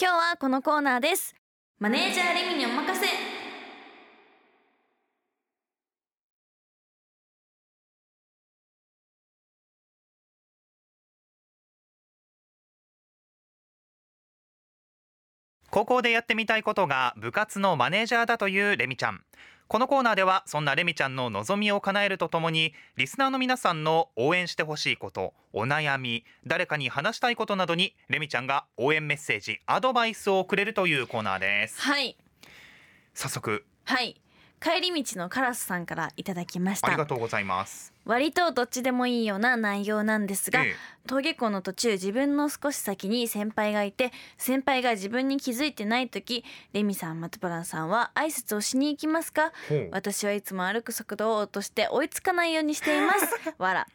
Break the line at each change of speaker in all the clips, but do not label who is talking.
今日はこのコーナーですマネージャーレミにお任せ
高校でやってみたいことが部活のマネージャーだというレミちゃんこのコーナーではそんなレミちゃんの望みを叶えるとともにリスナーの皆さんの応援してほしいことお悩み誰かに話したいことなどにレミちゃんが応援メッセージアドバイスをくれるというコーナーです
はい
早速
はい帰り道のカラスさんからいただきまし
ありが
た
とうございます
割とどっちでもいいような内容なんですが、
ええ
登下校の途中自分の少し先に先輩がいて先輩が自分に気づいてない時レミさんマトパランさんは挨拶をしに行きますか
ほう
私はいつも歩く速度を落として追いつかないようにしています わら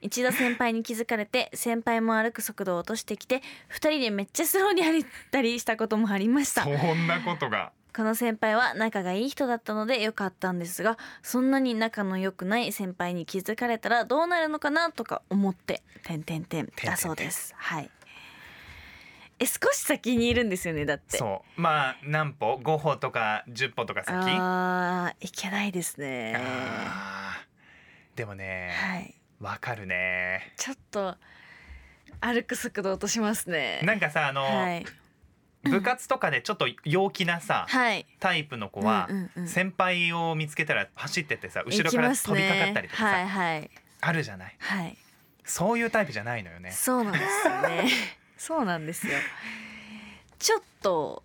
一度先輩に気づかれて先輩も歩く速度を落としてきて二人でめっちゃスローに歩いたりしたこともありました
そんなことが
この先輩は仲がいい人だったので良かったんですがそんなに仲の良くない先輩に気づかれたらどうなるのかなとか思って点点点だそうですはいえ少し先にいるんですよねだって
そうまあ何歩5歩とか10歩とか先
あーいけないですね
あーでもね
はい
わかるね
ちょっと歩く速度落としますね
なんかさあの、
はい
部活とかでちょっと陽気なさ、
はい
タイプの子は、
うんうんうん
先輩を見つけたら走ってってさ後ろから
行きます
飛
ね
びかかったりとかさ、
はいはい
あるじゃない
はい
そういうタイプじゃないのよね
そうなんですよ ね。そうなんですよ。ちょっと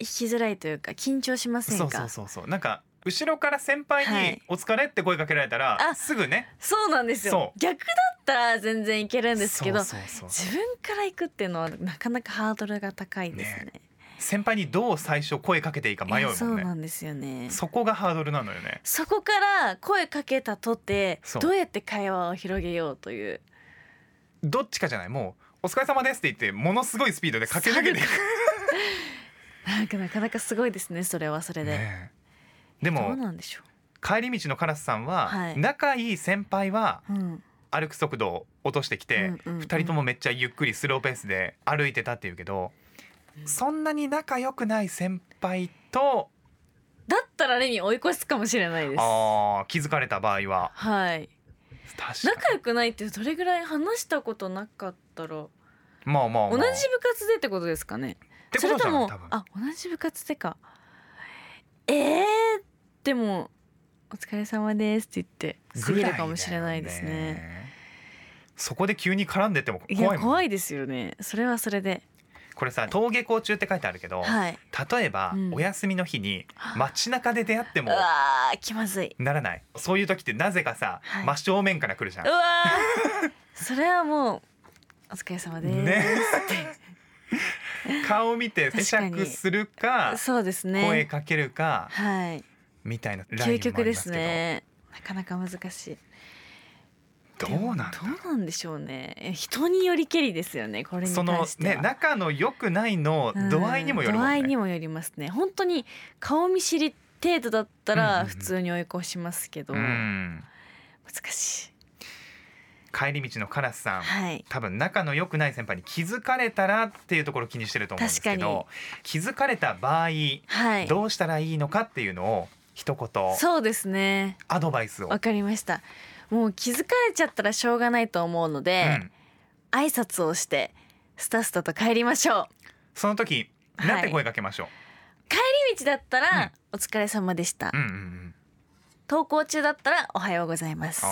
引きづらいというか緊張しませんか。
そうそうそうそうなんか後ろから先輩
は
に
い
「お疲れ」って声かけられたら、
あ
すぐね
そうなんです
そ
よ。逆だったら全然いけるんですけど、
そうそうそう
自分から行くっていうのはなかなかハードルが高いですね。
先輩にどう最初声かけていいか迷
え
う
そ
も
うん
ね
なんですよね。
そこがハードルなのよね
そこから声かけたとて
そう
どうやって会話を広げようという
どっちかじゃないもう「お疲れ様です」って言ってものすごいスピードで駆け抜けていく
なんかなかなかすごいですねそれはそれで、
ねえで
どう
も
なんでしょ
帰り道のカラスさんは、
はい
仲いい先輩は
う、うん、
歩く速度を落としてきて、
うんうんうん
2人ともめっちゃゆっくりスローペースで歩いてたっていうけど、そんなに仲良くない先輩と
だったらレミ追い越すかもしれないです
あー気づかれた場合は
はい
確かに
仲良くないってどれぐらい話したことなかったら
まあまあ、ま
同
あ、
じ部活でってことですかね
って
そ
こ
れ
とじ
と
ゃない
も
多分
あ同じ部活でかえー、でも「お疲れ様です」って言って過ぎるかもしれないです
ぐらだよ
ね
そこで急に絡んでっても
いや
怖いもん
怖いですよねそれはそれで
これさ登下校中って書いてあるけど、
はい
例えば、
うん
お休みの日に街中で出会って
う
も
わー気まずい
ならないそういう時ってなぜかさ、
はい
真正面から来るじゃ
うんわ ーそれはもう「お疲れ様です」
ね顔見て
確
会
かに
釈するか
そうです
声
ね
かけるか
はい
みたいなラ
究
インもあ
極
り
で
ます
す
け
ねなかなか難しい
どどうなんだ
でもどうなんでしょうねえ人によりけりですよねこれに
そ
関
の
しては
ね仲の良くないの
うん
度合いにもよるもん
度合いに
ね
もよりますね本当に顔見知り程度だった
うんうんう
ら
ん
普通に追い越しますけど、
うん
難しい
帰り道のカラスさん
はい
多分仲の良くない先輩に気づかれたらっていうところを気にしてると思うんですけど気づかれた場合
はい
どうしたらいいのかっていうのを一言
そうですね
アドバイスを
わかりましたもう気づかれちゃったらしょうがないと思うの
う
で、
ん
挨拶をしてスタスタと帰りましょう
その時
はい
なんて声かけましょ
帰り道だったら、お疲れ様でした、
ううんうんうん
登校中だったらおはようございます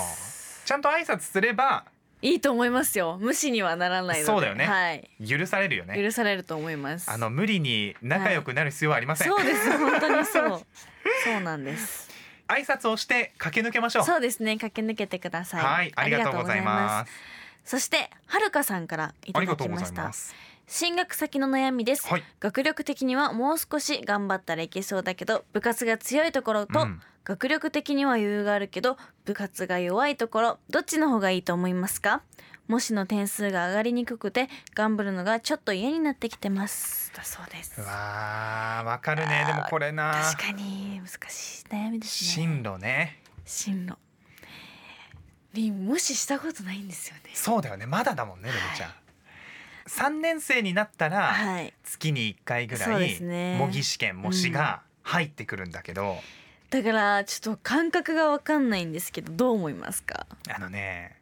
あちゃんと挨拶すれば
いいと思いますよ無視にはならないので
そうだよね
はい
許されるよね
許されると思います
あの無理に仲良くなる必要はありません、
そうです本当にそう そうなんです
挨拶をして駆け抜けましょう
そうですね駆け抜けてください
はいありがとうございます
すそしてはるかさんからい
あ
た
り
だ
がと
き
う
ま
ござい
した
ます
進学先の悩みです、
はい
学力的にはもう少し頑張ったらいけそうだけど部活が強いところと、
うん
学力的には余裕があるけど部活が弱いところどっちの方がいいと思いますかもしの点数が上がりにくくて頑張るのがちょっと嫌になってきてますだそうです
うわーわかるねでもこれな
確かに難しい悩みですね
進路ね
進路リンもししたことないんですよね
そうだよねまだだもんねレミちゃん、 3年生になったら
はい
月に1回ぐ
そう
ら
です
い
ね
模擬試験模試が入ってくるんだけど、
だからちょっと感覚がわかんないんですけどどう思いますか
あのね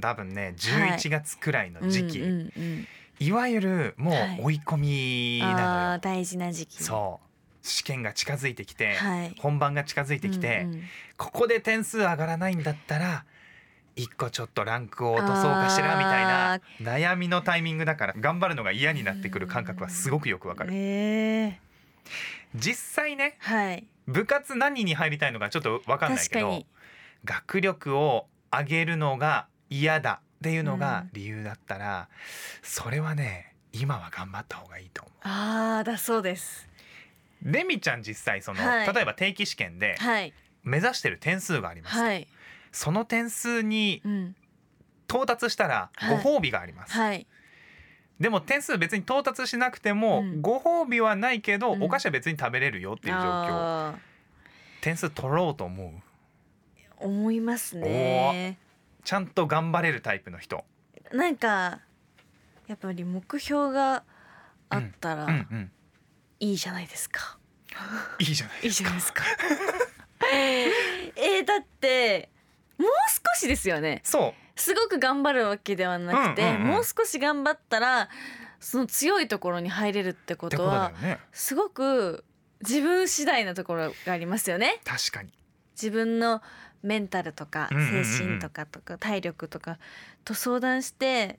多分ね
はい
11月くらいの時期、
うんうんうん
いわゆるも
はいう
追い込みなのよ、
あー大事な時期
そう試験が近づいてきて、
はい
本番が近づいてきて、
うんうん
ここで点数上がらないんだったら一個ちょっとランクを落とそうかしらみたいな
あ
悩みのタイミングだから頑張るのが嫌になってくる感覚はすごくよくわかる
ねえ
実際ね
はい
部活何に入りたいのかちょっとわかんない
確
け
か
ど
に
学力を上げるのが嫌だっていうの
う
が
ん
理由だったら、それはね今は頑張った方がいいと思
ああだそうです
うレミちゃん実際その、
はい
例えば定期試験で
はい
目指してる点数があります、
はい
その点数に
うん
到達したら
は
ご
い
褒美があります、
はい
でも点数別に到達しなくても、
うん
ご褒美はないけど、
うん
お菓子は別に食べれるよっていう状況
あ
点数取ろうと思う
ー思いますね
ちゃんと頑張れるタイプの人
なんかやっぱり目標があった
うんう
ら
ん
いいじゃないですか、
いいじゃない
いいじゃないですか えー、だってもう少しですよね
そう
すごく頑張るわけではなくて、
うんうんうん
もう少し頑張ったらその強いところに入れるってこ
って
と
ことだ
は
よね
すごく自分次第なところがありますよね
確かに
自分のメンタルとか
うんうんうんうん
精神とかとか体力とかと相談して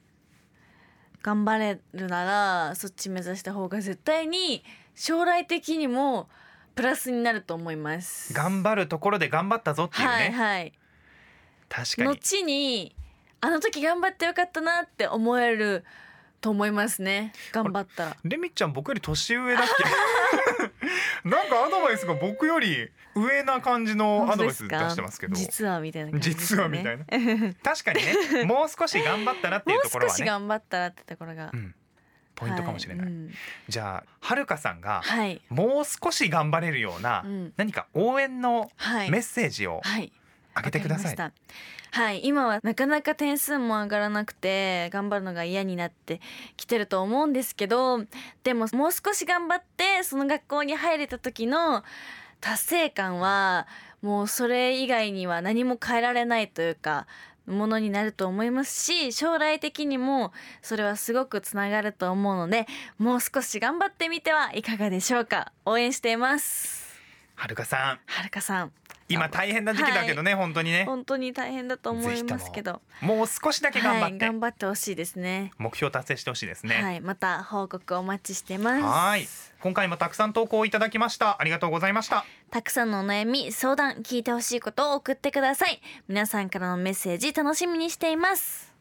頑張れるならそっち目指した方が絶対に将来的にもプラスになると思います。
頑張るところで頑張ったぞっていうね、
はいはい
確かに
後にあの時頑張ってよかったなって思えると思いますね頑張ったら
レミちゃん僕より年上だっけ なんかアドバイスが僕より上な感じのアドバイス
本当
出
ですか
してますけど
実はみたいな感じですね、
実はみたいな
も
確かにねもう少し頑張ったらっていうとこ
う少
ろは
し
ね、
頑張ったらってところが
うん、ポイントかもしれない、
はい、うん
じゃあはるかさんが
はい
もう少し頑張れるような
うん
何か応援の
はい
メッセージを
はい
あげてください、
わかりましたはい今はなかなか点数も上がらなくて頑張るのが嫌になってきてると思うんですけどでももう少し頑張ってその学校に入れた時の達成感はもうそれ以外には何も変えられないというかものになると思いますし将来的にもそれはすごくつながると思うのでもう少し頑張ってみてはいかがでしょうか応援しています
はるかさん
はるかさん
今大変な時期だけどね、本当にね
本当に大変だと思いますけど
もう少しだけ頑張
はい、
って、
頑張ってほしいですね
目標達成してほしいですね
はいまた報告お待ちしてます
はい今回もたくさん投稿をいただきましたありがとうございました
たくさんのお悩み相談聞いてほしいことを送ってください皆さんからのメッセージ楽しみにしています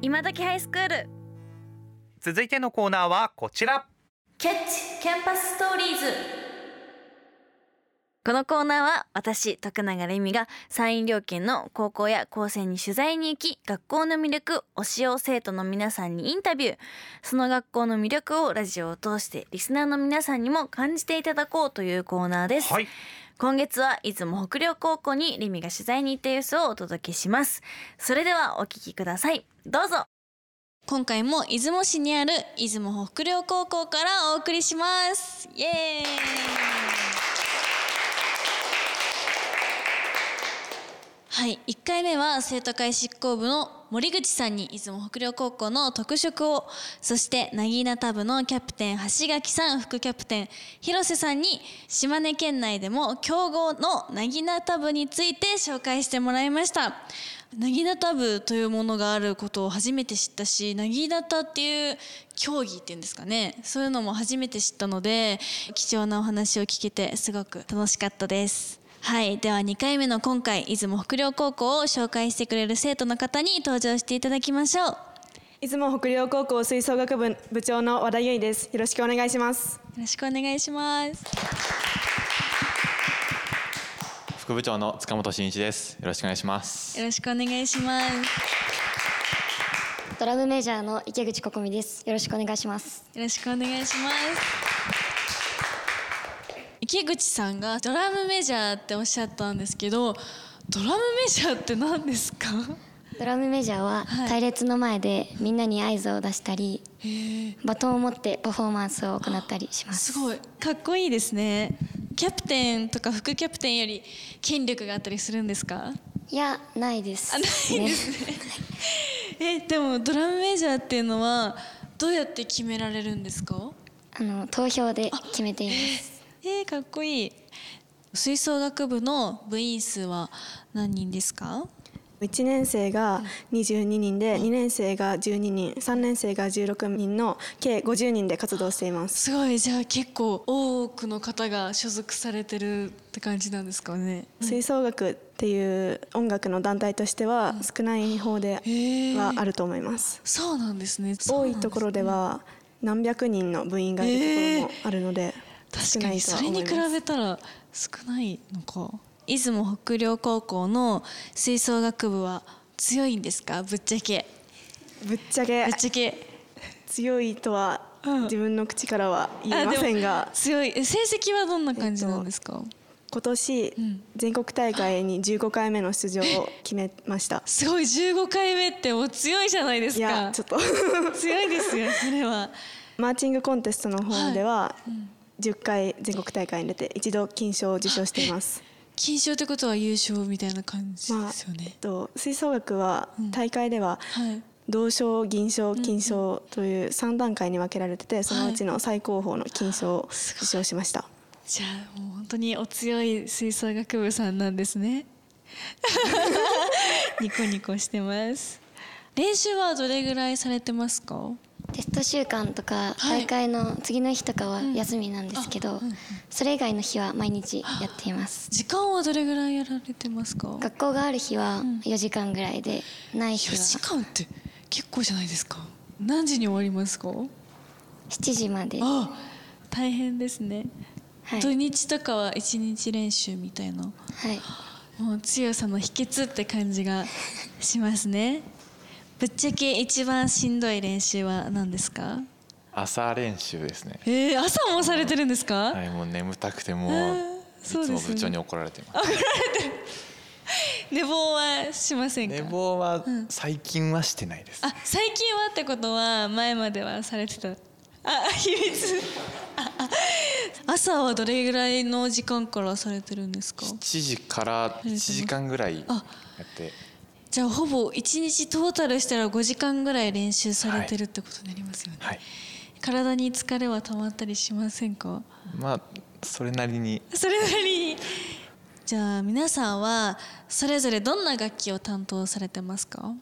今時ハイスクール
続いてのコーナーはこちら
キャッチキャンパスストーリーズこのコーナーは私徳永レミが山陰両県の高校や高専に取材に行き学校の魅力推しを生徒の皆さんにインタビューその学校の魅力をラジオを通してリスナーの皆さんにも感じていただこうというコーナーです、
はい
今月は出雲北陵高校にレミが取材に行った様子をお届けしますそれではお聞きくださいどうぞ今回も出雲市にある出雲北陵高校からお送りしますイエーイはい、1回目は生徒会執行部の森口さんに出雲北陵高校の特色をそしてなぎなた部のキャプテン橋垣さん副キャプテン広瀬さんに島根県内でも強豪のなぎなた部について紹介してもらいましたなぎなた部というものがあることを初めて知ったしなぎなたっていう競技っていうんですかねそういうのも初めて知ったので貴重なお話を聞けてすごく楽しかったですはい、では2回目の今回出雲北陵高校を紹介してくれる生徒の方に登場していただきましょうよ
出雲北陵高校吹奏楽部部長の和田由衣ですよろしくお願いします
ろしくお願いします
副部長の塚本真一です。よろしくお願いします。
よろしくお願いします
ドラムメジャーの池口心美です。よろしくお願いします。
よろしくお願いします池口さんがドラムメジャーっておっしゃったんですけどドラムメジャーって何ですか
ドラムメジャーは
はい
隊列の前でみんなに合図を出したり、バトンを持ってパフォーマンスを行ったりします。
すごいかっこいいですねキャプテンとか副キャプテンより権力があったりするんですか
いや、ないです。
あないですねえ でもドラムメジャーっていうのはどうやって決められるんですか
あの投票で決めています。
えー、かっこいい吹奏楽部の部員数は何人ですか
1年生が22人で2年生が12人3年生が16人の計50人で活動しています
すごいじゃあ結構多くの方が所属されてるって感じなんですかね
吹奏楽っていう音楽の団体としては少ない方で
へえ
はあると思います
そうなんですね
多いところでは何百人の部員がいるところもあるので
確
少
か
な
に
いと
そ
は
れ
思
に
い
比
ます
べたら少ないのか出雲北陵高校の吹奏楽部は強いんですかぶっちゃけ
ぶっちゃけ
ぶっちゃけ
強いとは
うん
自分の口からは言
あ
えません
で
が
も強いえ成績はどんな感じなんですか、
今年
ん
全国大会に15回目の出場を決めました
すごい15回目ってもう強いじゃないです
い
か
やちょっと
強いですよそれは
マーチングコンテストの方では10回全国大会に出て一度金賞を受賞しています
金賞ってことは優勝みたいな感じ
ま
で
あ
すよ
え
ね
っ、と吹奏楽は大会では
はい
銅賞銀賞金賞という3段階に分けられててそのうちの最高峰の金賞を受賞しました
じゃあもう本当にお強い吹奏楽部さんなんです ねニコニコしてます練習はどれぐらいされてますか
テスト週間とか
はい
大会の次の日とかは休みなんですけど、それ以外の日は毎日やっています。
時間はどれぐらいやられてますか
学校がある日は4時間ぐらいで、ない日
4時
は
間って結構じゃないですか何時に終わりますか
7時まで。
あ大変ですね、
はい
土日とかは一日練習みたいな
はい。
もう強さの秘訣って感じがします ねぶっちゃけ一番しんどい練習は何ですか
朝練習ですね。
えー、朝もされてるんですか、
はい、もう眠たくても
あ
う
ー
いつ
そう
も
ですね
部長に怒られてます。
寝坊はしませんか
寝坊は最近はしてないです。
あ最近はってことは前まではされてたあ秘密ああ朝はどれぐらいの時間からされてるんですか
7時から1時間ぐらいや
あ
って、
じゃあほぼ一日トータルしたら5時間ぐらい練習されてるってことになりますよね、
はい。
体に疲れは溜まったりしませんか
まあそれなりに
それなりにじゃあ皆さんはそれぞれどんな楽器を担当されてますか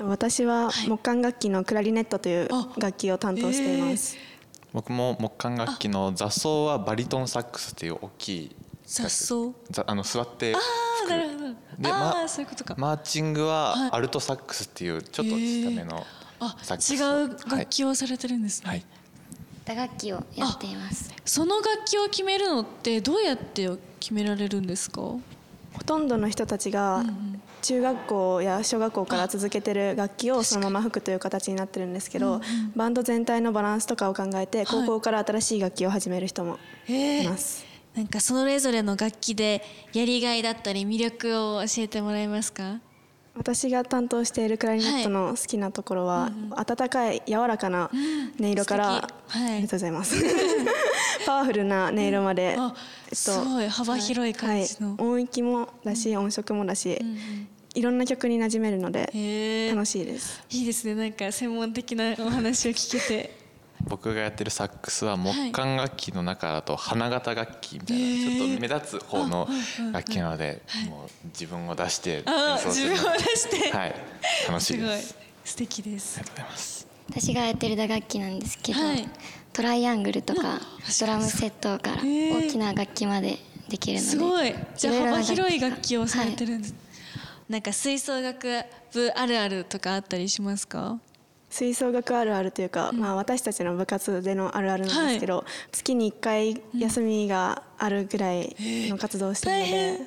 私は木管楽器のクラリネットという
あ
楽器を担当しています、
僕も木管楽器の雑草はバリトンサックスっていう大きい
雑草
ざあの座って
ああなるほど
で
ああ、
ま
そういうことか、
マーチングは
は
アルトサックスっていうちょっと小さめの
あ
サックス
違
を
う楽器をされてるんですね、
はい
打楽器をやっています
その楽器を決めるのってどうやって決められるんですか
ほとんどの人たちが中学校や小学校から続けてる楽器をそのまま吹くという形になってるんですけどバンド全体のバランスとかを考えて高校から新しい楽器を始める人も
え
います、
なんかそれぞれの楽器でやりがいだったり魅力を教えてもらえますか
私が担当しているクラリネットの好きなところは、温かい柔らかな音色から、
素敵はい
ありがとうございます パワフルな音色まで、
あ
えっと
すごい幅広い感じの、
はい、音域もだし、音色もだし、いろんな曲に馴染めるので
へえ
楽しいです
いいですねなんか専門的なお話を聞けて
僕がやってるサックスは木管楽器の中だと花形楽器みたいな、
へー
ちょっと目立つ方の楽器なので、もう自分を出して演
あ
奏す
自分
るのが
を出して、
はい楽しい
すご
で
い
す。
素敵です
ありがとうございます。
私がやってる打楽器なんですけど、
はい
トライアングルとかドラムセットか
へ
ら
ー
大きな楽器までできるのです
ごいじゃあ
ろろ
幅
な
広い楽器をされて
はい
るんです、なんか吹奏楽部あるあるとかあったりしますか
吹奏楽あるあるというか、まあ、私たちの部活でのあるあるなんですけど、月に1回休みがあるぐらいの活動をしてるの
へえ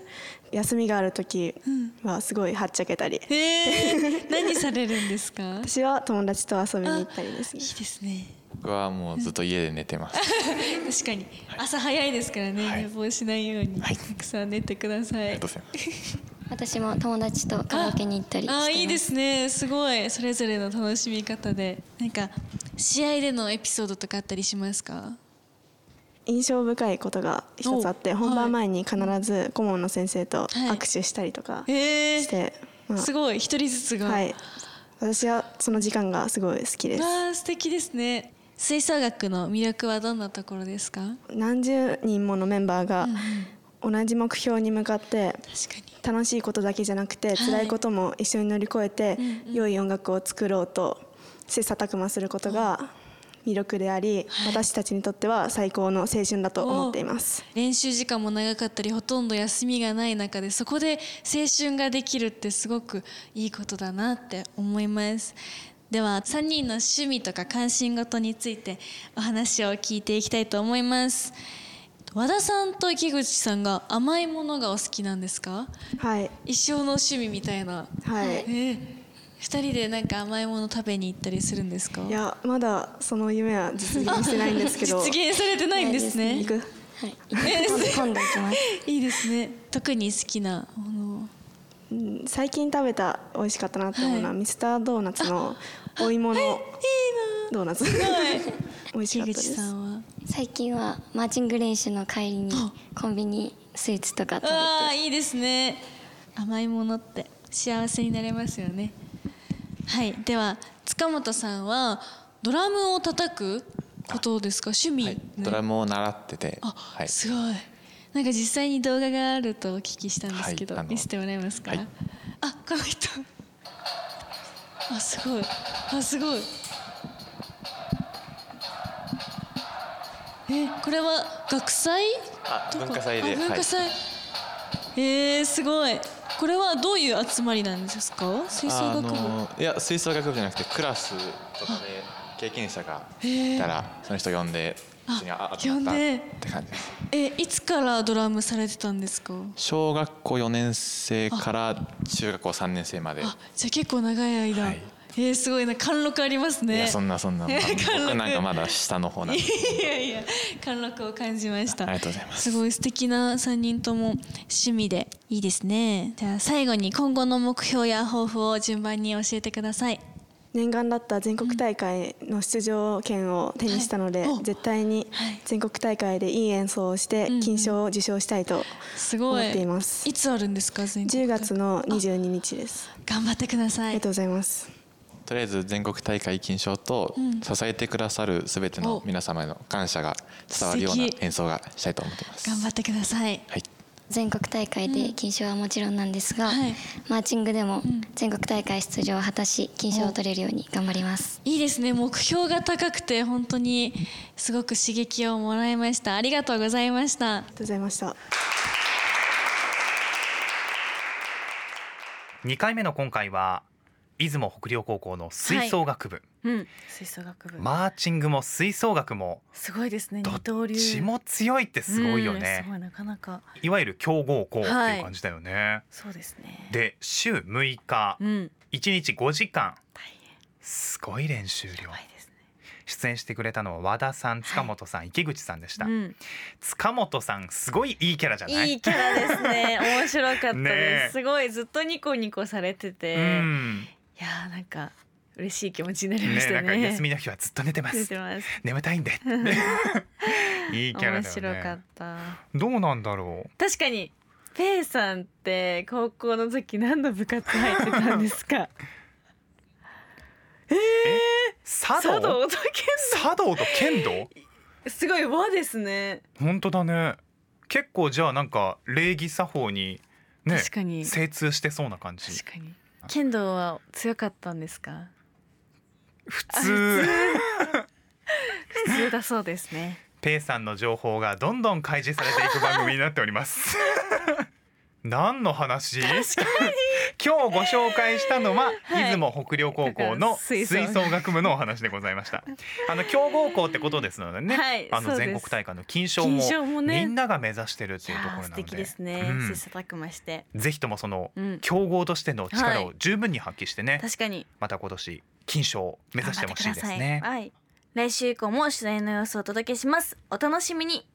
で、休みがある時はすごいはっちゃけたり、
えー、 何されるんですかいい
私は友達と遊びに行ったりですね
ですね
僕はもうずっと家で寝てます。
確かに朝早いですからね、
はい
寝坊しないように
はい
たくさん寝てください、
ありがとうございます。
私も友達とカラオケに行ったりして
あ
ま
あ
す
いいですねすごいそれぞれの楽しみ方でなんか試合でのエピソードとかあったりしますか
印象深いことが一つあって
お
本番前に必ず顧問の先生と握手したりとか
え
して、
ー、
まあ
すごい一人ずつが、
はい私はその時間がすごい好きです
わあ素敵ですね吹奏楽の魅力はどんなところですか
何十人ものメンバーが同じ目標に向かって
確かに
楽しいことだけじゃなくて辛いことも一緒に乗り越えて良い音楽を作ろうと切磋琢磨することが魅力であり私たちにとっては最高の青春だと思っています
練習時間も長かったりほとんど休みがない中でそこで青春ができるってすごくいいことだなって思いますでは3人の趣味とか関心事についてお話を聞いていきたいと思います和田さんと木口さんが甘いものがお好きなんですか
はい
一生の趣味みたいな
はい
ええ二人でなんか甘いもの食べに行ったりするんですか
いやまだその夢は 実現してないんですけ ど
実現されてないんですね
行く
はい今度今度行きます
いいですね特に好きなもの
うん最近食べた美味しかったなって思うのは、ミスタードーナツのお芋のドーナツ 美味しか
木
ったで
口
す
さんは
最近はマーチング練習の帰りにコンビニスイーツとか食べて
ああいいですね甘いものって幸せになれますよねはいでは塚本さんはドラムを叩くことですか趣味、
はい、ドラムを習ってて、
あ、
はい、
すごいなんか実際に動画があるとお聞きしたんですけど、
はいあの
見せてもらえますか、
はい
あこの人あすごいあすごいえこれは学祭
あ
とか
文化祭で
あ文化祭、えー、すごいこれはどういう集まりなんですか吹奏楽部、
あのいや吹奏楽部じゃなくてクラスとかで経験者がいたらその人呼んで
あ
一緒にあ集まった
呼
っ
んで
て感じです
えいつからドラムされてたんですか
小学校4年生から中学校3年生まで
あじゃあ結構長い間、
はい
えー、すごいな貫禄ありますね
いやそんなそんな、まあ
貫禄
僕なんかまだ下の方なんで
いやいや貫禄を感じました
ありがとうございます
すごい素敵な3人とも趣味でいいですねじゃあ最後に今後の目標や抱負を順番に教えてください
念願だった全国大会の出場権を手にしたので、
はいお
絶対に
はい
全国大会でいい演奏をして
うん
金賞を受賞したいと
すごい
思っています
いつあるんですか全国
10月の22日です
頑張ってくださ
あ
い
りがとうございます
とりあえず全国大会金賞と
ん
支えてくださるすべての皆様への感謝が伝わるような
素敵
演奏がしたいと思ってます
頑張ってください
はい
全国大会で金賞はもちろんなんですが、
はい
マーチングでも全国大会出場を果たし金賞を取れるように頑張ります
いいですね目標が高くて本当にすごく刺激をもらいましたありがとうございました
ありがとうございました
2回目の今回は出雲北陵高校の吹奏楽部、
うん、吹奏楽部、
マーチングも吹奏楽も
すごいですね
ど
二刀
っ
流
ちも強いってすごいよ
う
ね
んす、ごいなかなか
いわゆる強豪校っていう感じだよね、
そうですね
で週6日
うん
1日5時間
大変
すごい練習量
怖いですね
出演してくれたのは和田さん塚本さん、池口さんでした、
うん、
塚本さんすごいいいキャラじゃない
いいキャラです ね面白かったです、
ねえ
すごいずっとニコニコされてて、
うん
いやーなんか嬉しい気持ちになりまし
ね
たね
なんか休みの日はずっと寝てま
出
す
てます
眠たいんで いいキャラ
面
だよ
白かっ
ね
た
どうなんだろう
確かにペイさんって高校の時何の部活入ってたん ですか
茶
茶
道
道と剣
茶道と剣道
道すごい和ですね
本当だね結構じゃあなんか礼儀作法にね
確かに
精通してそうな感じ
確かに剣道は強かったんですか
普
あ
通
普通普通だそうですね
ペイさんの情報がどんどん開示されていく番組になっております 何の話今日ご紹介したのは、
はい
出雲北陵高校の吹
吹奏
奏楽部のお話でござい ましたあの強豪校ってことですのでね、
はい
あの
そうです
全国大会の金賞も
金賞もね
みんなが目指してるって
い
いう
や
ところな
ー
ので
素敵ですね、
うん
切磋琢磨して
ぜひともその
うん
強豪としての力
は
を十分に発揮してね、
確かに
また今年金賞を目指してほしいです
頑張って
ね
くださいはい来週以降も取材の様子をお届けしますお楽しみに